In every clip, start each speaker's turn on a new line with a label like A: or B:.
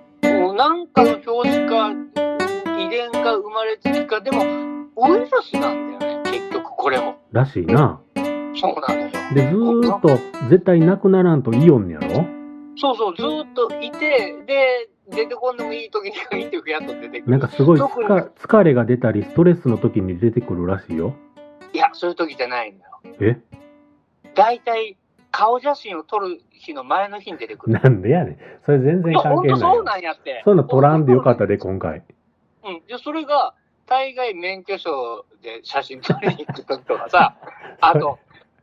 A: どっかの表子か、遺伝か生まれつきか、でも、ウイルスなんだよね、結局これも。
B: らしいな。
A: そうなんですよ。
B: で、ずーっと絶対なくならんとイオンやろ
A: そうそう、ずーっといて、で、出てこんでもいい時に限ってやっと出てくる。
B: なんかすごいつ
A: 特に
B: か疲れが出たり、ストレスの時に出てくるらしいよ。
A: いや、そういう時じゃないんだよ。
B: え
A: 大体、顔写真を撮る日の前の日に出てくる。
B: なんでやねん。それ全然関
A: 本
B: 係な
A: 当
B: い。
A: そうなんやって。
B: そういうの取らんでよかったで、今回。
A: うん。で、それが、大概免許証で写真撮りに行くときとかさ、あと、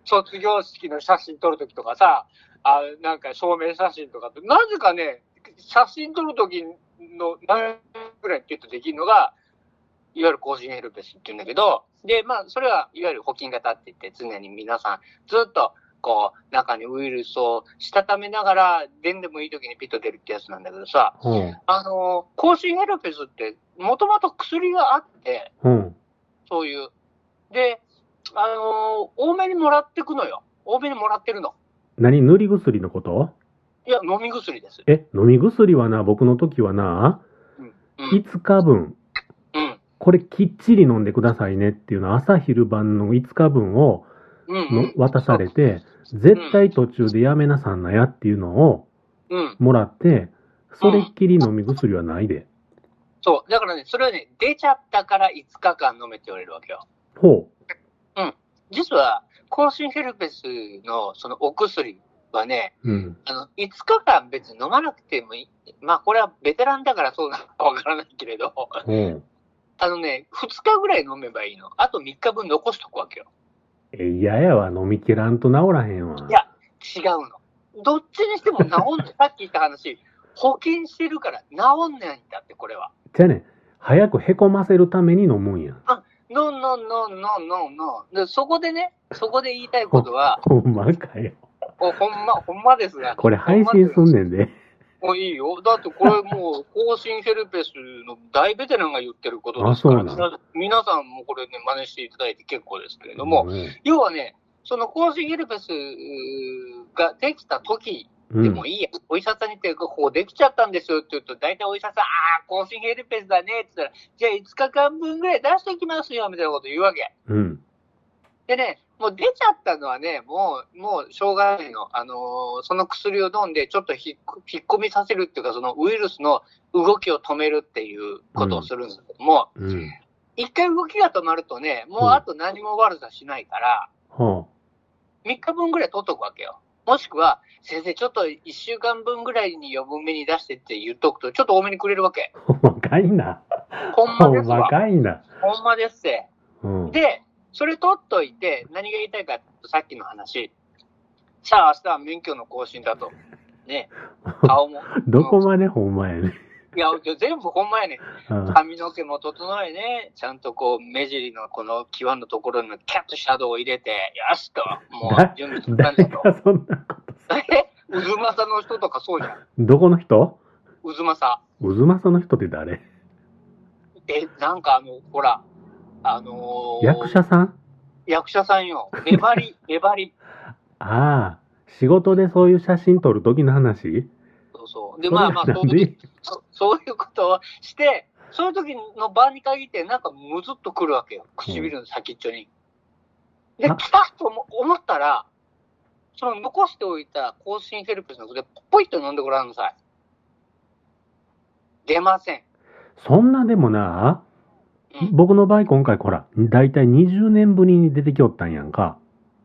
A: 卒業式の写真撮るときとかさ、あなんか証明写真とかって、なぜかね、写真撮るときの何ぐらいピュッとできるのが、いわゆる個人ヘルペスって言うんだけど、で、まあ、それはいわゆる保菌型って言って、常に皆さん、ずっと、こう、中にウイルスをしたためながら、出んでもいいときにピッと出るってやつなんだけどさ、
B: うん。
A: あの、抗心ヘルペスって、もともと薬があって、
B: うん。
A: そういう。で、あの、多めにもらってくのよ。多めにもらってるの。
B: 何塗り薬のこと
A: いや、飲み薬です。
B: え、飲み薬はな、僕の時はな、
A: うん。
B: 5日分、
A: うん。
B: これきっちり飲んでくださいねっていうのは、朝昼晩の5日分を
A: う
B: の
A: ん。
B: 渡されて、絶対途中でやめなさんなやっていうのを
A: うん。
B: もらって、それっきり飲み薬はないで。
A: そう。だからね、それはね、出ちゃったから5日間飲めって言われるわけよ。
B: ほ
A: 実は、抗心ヘルペスのそのお薬はね、
B: う。うん。
A: あの、5日間別に飲まなくてもいい。まあ、これはベテランだからそうなのかわからないけれど。
B: ほう。
A: あのね、2日ぐらい飲めばいいの。あと3日分残しとくわけよ。
B: え、嫌やわ、飲み切らんと治らへんわ。
A: いや違うの。どっちにしても治ん ない。さっき言った話、保険してるから治んないんだって、これは。
B: じゃあね、早くへこませるために飲むんや。
A: ノンノンノンノンノンノン。でそこでね、そこで言いたいことは、
B: ほんまかよ。
A: おほんま、ほんまですが。
B: これ配信すんねんで。
A: もういいよ。だってこれもう、更新ヘルペスの大ベテランが言ってることですから、
B: あそうな
A: 皆さんもこれね、真似していただいて結構ですけれども、
B: うん、
A: 要はね、その更新ヘルペスができた時
B: うん
A: でもいいや、お医者さんにって、こうできちゃったんですよって言うと、大体お医者さん、ああ、更新ヘルペスだねって言ったら、じゃあ5日間分ぐらい出しておきますよみたいなこと言うわけ。
B: うん。
A: でね、もう出ちゃったのはね、もう、もう、しょうがないの。あのーその薬を飲んで、ちょっとひっ引っ込みさせるっていうか、そのウイルスの動きを止めるっていうことをするんだけども、
B: うん。
A: 一回動きが止まるとね、もうあと何も悪さしないから、
B: は
A: 3日分ぐらい取っとくわけよ。もしくは、先生、ちょっと1週間分ぐらいに余分目に出してって言っとくと、ちょっと多めにくれるわけ。
B: あ。ほんまかいな。
A: ほんま
B: ほ
A: で
B: ん
A: す
B: ま
A: わ。
B: かいな。
A: ほんまですって。
B: うん。
A: で、それ取っといて、何が言いたいかっていうと、さっきの話。じゃあ明日は免許の更新だと。ね。顔も。
B: どこまでほんまやね。
A: いや、全部ほんまやねん。
B: うん
A: 髪の毛も整えね、ちゃんとこう、目尻のこの際のところにキャッとシャドウを入れて、よしと、もう準備しったん
B: 誰
A: だと。
B: がそんなこと。
A: え渦政の人とかそうじゃん。
B: どこの人
A: 渦政。
B: 渦政の人って誰
A: え、なんかあの、ほら、あのー
B: 役者さん
A: 役者さんよ。粘 り、粘り。
B: ああ。仕事でそういう写真撮る時の話
A: そうそう。で、まあまあ、
B: それ
A: そ
B: な
A: うんいう
B: で
A: 時そそういうことをして、そういう時の場に限って、なんかむずっとくるわけよ。唇の先っちょに。で、
B: あ
A: 来たと思思ったら、その残しておいた更新ヘルプスのことで、ポイッと飲んでごらんなさい。出ません。
B: そんなでもな、
A: うん、
B: 僕の場合今回ほら、だいたい20年ぶりに出てきよったんやんか。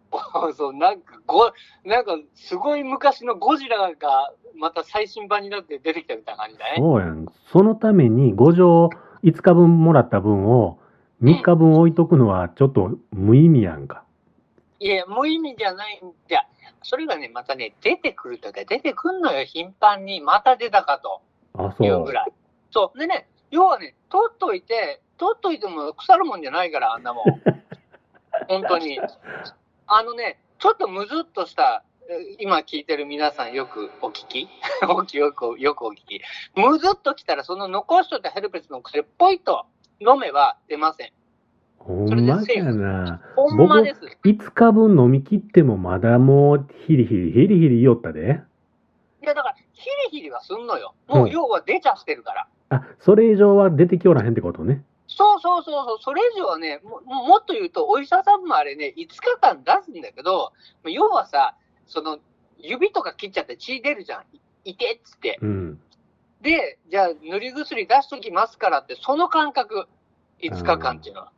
A: そう、なんか、ご、なんか、すごい昔のゴジラが、また最新版になって出てきたみたいな感じだね。
B: そうやん。そのために5錠5日分もらった分を3日分置いとくのはちょっと無意味やんか。
A: いや、無意味じゃないんじゃ。それがね、またね、出てくるとか出てくんのよ、頻繁に。また出たかと
B: あ、そ
A: いう
B: う
A: ぐ。らい。そう。でね、要はね、取っといて、取っといても腐るもんじゃないから、あんな もん。本当に。あのね、ちょっとむずっとした、え今聞いてる皆さんよくお聞き お聞きよく、よくお聞き。むずっときたら、その残しといたヘルペスの薬、ポイっと飲めば出ません。
B: ほ
A: それ
B: ん
A: で
B: ま
A: セー
B: や
A: フ
B: な。
A: ほんまです。
B: 5日分飲み切ってもまだもうヒリヒリヒリヒリ言いよったで。
A: いや、だから、ヒリヒリはすんのよ。も
B: う
A: うん要は出ちゃってるから。
B: あ、それ以上は出てきおらへんってことね。
A: そうそうそうそう、それ以上はね、もももっと言うと、お医者さんもあれね、5日間出すんだけど、要はさ、その指とか切っちゃって血出るじゃん、いいてっつって。
B: うん。
A: で、じゃあ塗り薬出しときますからって、その感覚、5日間っていうのは。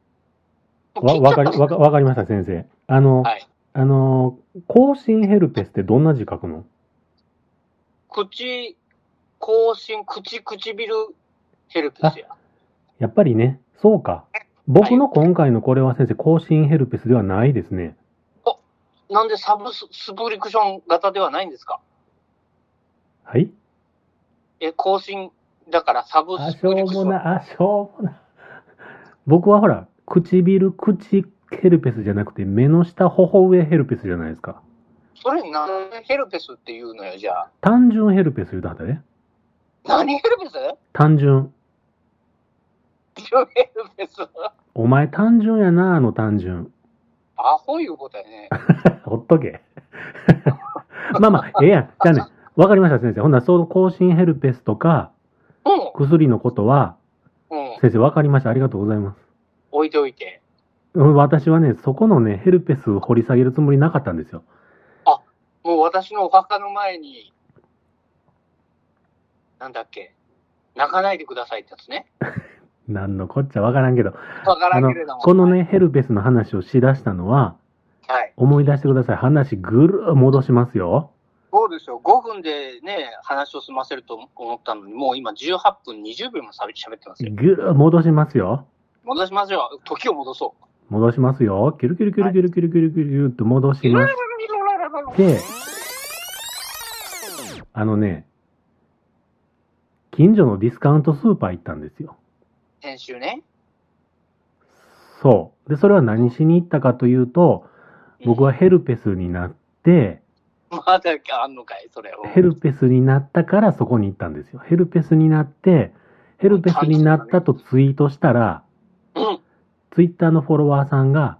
A: も
B: わ、
A: う切っ
B: わ
A: ちゃ
B: か
A: った
B: り、わか、わかりました、先生。あの、
A: はい
B: あの、更新ヘルペスってどんな字書くの
A: 口、口唇、口、唇、ヘルプスや。
B: やっぱりね、そうか。僕の今回のこれは先生、更新ヘルペスではないですね。
A: なんでサブススプリクション型ではないんですか
B: はい
A: え、更新だからサブ
B: あ、
A: ス
B: しょ
A: プ
B: う
A: リクシ
B: も
A: ョン。
B: な、あ、しょうもな。僕はほら、唇、口ヘルペスじゃなくて、目の下、頬上ヘルペスじゃないですか。
A: それなんでヘルペスっていうのよ、じゃあ。
B: 単純ヘルペス言うたはったね。
A: 何ヘルペス
B: 単純。
A: 純ヘルペス
B: お前単純やな、あの単純。
A: アホいうことやね。
B: ほっとけ。 まあまあ、ええやん。じゃあね、わかりました、先生。ほんなら、その更新ヘルペスとか、
A: う
B: 薬のことは、
A: ん。うん。
B: 先生、わかりました。ありがとうございます。
A: 置いておいて。
B: うん私はね、そこのね、ヘルペスを掘り下げるつもりなかったんですよ。
A: もう私のお墓の前に、なんだっけ、泣かないでくださいってやつね。
B: なんのこっちゃわからんけど。
A: わか
B: あ
A: らん
B: の
A: けれど、も。
B: この。ね、ヘルペスの話をしだしたのは、
A: はい。
B: 思い出してください。話ぐるー戻しますよ。
A: そうですよ。5分でね、話を済ませると思ったのに、もう今18分20秒もしゃべってますよ。
B: ぐるー戻しますよ。
A: 戻しましょう。時を戻そう。
B: 戻しますよ。キュルキュルキュルキュルキュルキュルキュルキュルって戻します。で、あのね、近所のディスカウントスーパー行ったんですよ。
A: 先週ね。
B: そう。で、それは何しに行ったかというと、僕はヘルペスになって、
A: まだあんのかい、それを。
B: ヘルペスになったからそこに行ったんですよ。ヘルペスになって、ヘルペスになったとツイートしたら、
A: うん。
B: ツイッターのフォロワーさんが、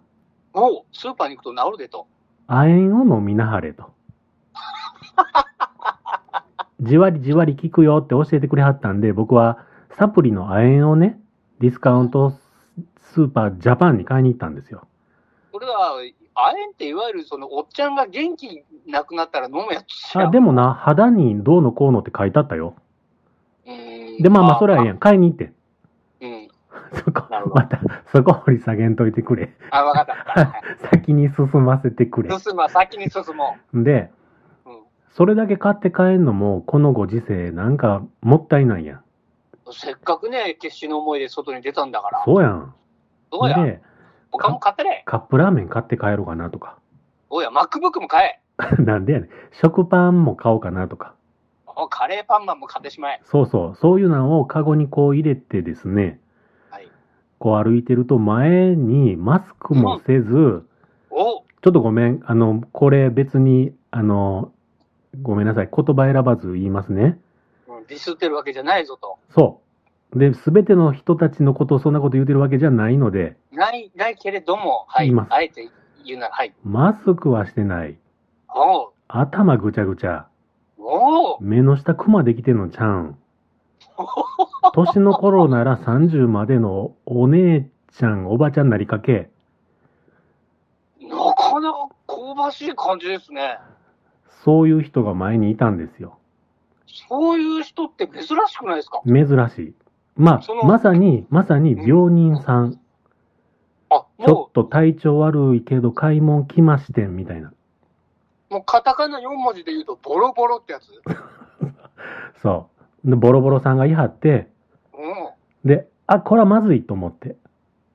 A: もう、スーパーに行くと治るでと。
B: 亜鉛を飲みなはれと。じわりじわり効くよって教えてくれはったんで、僕はサプリの亜鉛をね、ディスカウントスーパージャパンに買いに行ったんですよ。
A: これは、亜鉛っていわゆるそのおっちゃんが元気なくなったら飲むやつ
B: あ、でも
A: な。
B: な、肌にどうのこうのって書いてあったよ。
A: うん
B: で、まあまあ、それはええやん。買いに行って。
A: うん。
B: そこ
A: なる、ほど
B: また、そこ掘り下げんといてくれ。
A: あ、わかったは
B: 先に進ませてくれ
A: い。。進むわ、先に進も
B: で、
A: う。うん。
B: それだけ買って帰んのも、このご時世、なんか、もったいないやん。
A: せっかくね、決死の思いで外に出たんだから。
B: そうやん。
A: どうや、
B: で、
A: 他も買ってね。
B: カップラーメン買って帰ろうかなとか。
A: どうや、MacBook も買え。
B: なんでやねん。食パンも買おうかなとか。
A: おカレーパンマンも買ってしまえ。
B: そうそう。そういうのをカゴにこう入れてですね、
A: はい。
B: こう歩いてると前にマスクもせず、
A: お
B: ちょっとごめん。あの、これ別に、あの、ごめんなさい。言葉選ばず言いますね。
A: うんディスってるわけじゃないぞと。
B: そう。で、すべての人たちのことをそんなこと言うてるわけじゃないので、
A: ない、ないけれども、は
B: 言
A: い
B: いま。す
A: あえて言うなら、はい。
B: マスクはしてない。
A: おう
B: 頭ぐちゃぐちゃ。
A: おう
B: 目の下クマできてんのち ゃうん。年の頃なら30までのお姉ちゃん、おばちゃんなりかけ。
A: なかなか香ばしい感じですね。
B: そういう人が前にいたんですよ。
A: そういう人って珍しくないですか
B: 珍しい。ま
A: その
B: あ、まさに、まさに病人さん。
A: あ、
B: ちょ
A: も
B: っと体調悪いけど買い物来ましてんみたいな。
A: う、もうカタカナ4文字で言うと、ボロボロってやつ。うん。
B: そう。で、ボロボロさんが言い張って、で、あ、これはまずいと思って。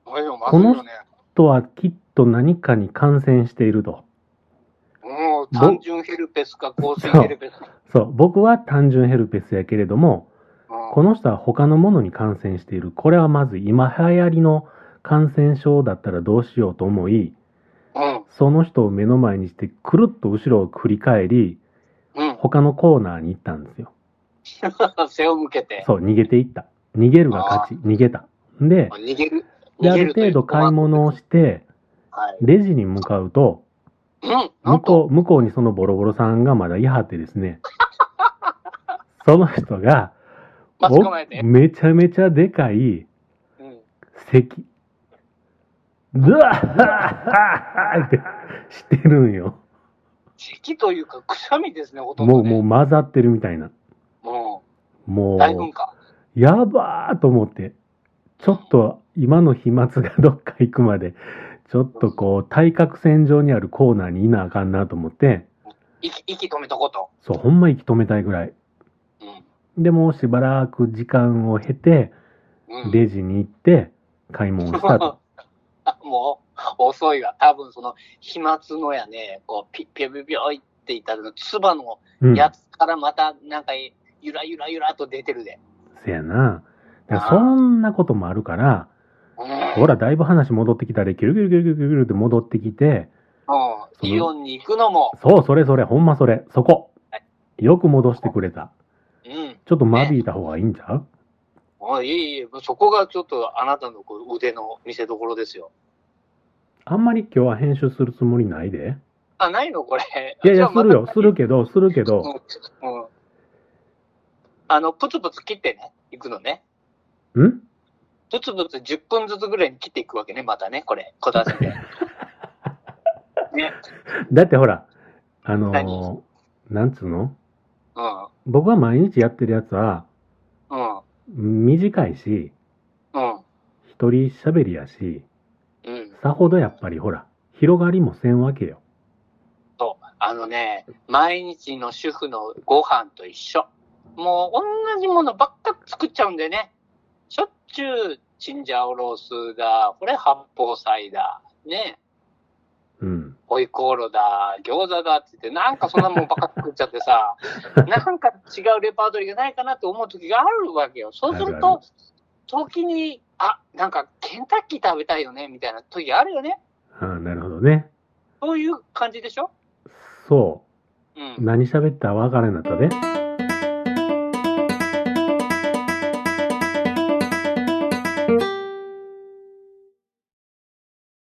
A: はいよ、まずいよね。
B: とはきっと何かに感染していると。
A: うん、単純ヘルペスか、抗生ヘルペスか。
B: そう。僕は単純ヘルペスやけれども、
A: うん
B: この人は他のものに感染している。これはまず今流行りの感染症だったらどうしようと思い、
A: うん。
B: その人を目の前にしてくるっと後ろを振り返り、
A: うん。
B: 他のコーナーに行ったんですよ。
A: 背を向けて。
B: そう、逃げていった。逃げるが勝ち。逃げた。で、
A: 逃げる。
B: で
A: 逃
B: あ
A: げ
B: る
A: ると
B: 程
A: いう
B: 度買い物をして、
A: はい。
B: レジに向かうと、
A: うん。なんと、
B: 向こう、向こうにそ のボロボロさんがまだいはってですね、その人が、
A: まあ、捕まえて
B: お。めちゃめちゃでかい
A: うん。
B: 咳。うわっはっはっはってしてるんよ。
A: 咳というか、くしゃみですね、ほとん
B: も
A: ど、
B: う、
A: ね。
B: もう混ざってるみたいな。
A: う、もう。大
B: も
A: 分か。
B: う、やばーと思って、ちょっと今の飛沫がどっか行くまで、ちょっとこう、対角線上にあるコーナーにいなあかんなと思って、
A: 息、息止めとこと。
B: そう、ほんま息止めたいぐらい。
A: うん。
B: でもうしばらく時間を経て、
A: うん、
B: レジに行って、買い物をした と。
A: あもう、遅いわ。多分その、飛沫のやね、こう、ピッピョピョピョいっていった、つばの
B: うん。
A: やつからまた、なんか、ゆらゆらゆらと出てるで。
B: せやな。だか
A: あ
B: ら
A: ー
B: そんなこともあるから、
A: うん
B: ほら、だいぶ話戻ってきたで、キュルキュルキュルキュルキュルって戻ってきて、
A: うん、イオンに行くのも、
B: そう、それそれ、ほんまそれ、そこ
A: は。
B: よく戻してくれた。
A: うん、
B: ちょっと間引いた方がいいんちゃう
A: もういいいい、そこがちょっとあなたのこう腕の見せ所ですよ。
B: あんまり今日は編集するつもりないで。
A: あ、ないのこれ。
B: いやい
A: じゃ
B: や、
A: あ
B: するよ、するけど、するけ
A: ま
B: ど。
A: たうん。うんあの、プツプツ切ってね、行くのね。
B: ん
A: プツプツ10分ずつぐらいに切っていくわけね、またね、これ、こだわって。ね、
B: だってほら、あ
A: 何
B: のー、なんつうの
A: うん、うん、
B: 僕は毎日やってるやつは、
A: う
B: 短いし、
A: ん、
B: 一人喋りやし、
A: うん。
B: さほどやっぱりほら、広がりもせんわけよ。
A: あのね、毎日の主婦のご飯と一緒。もう同じものばっか作っちゃうんでね。しょっちゅう、チンジャオロースだ、これ八宝菜だ、ね、
B: うん。
A: ホイコーローだ、餃子だって言って、なんかそんなもんばっか作っちゃって さ、なんか違うレパートリーがないかなと思う時があるわけよ。そうす
B: あ
A: る
B: るあ
A: と、時に、あ、なんかケンタッキー食べたいよね、みたいな時あるよね。
B: ああ、なるほどね。
A: そういう感じでしょ
B: そうう。
A: ん。
B: 何喋ったらわからんなったで。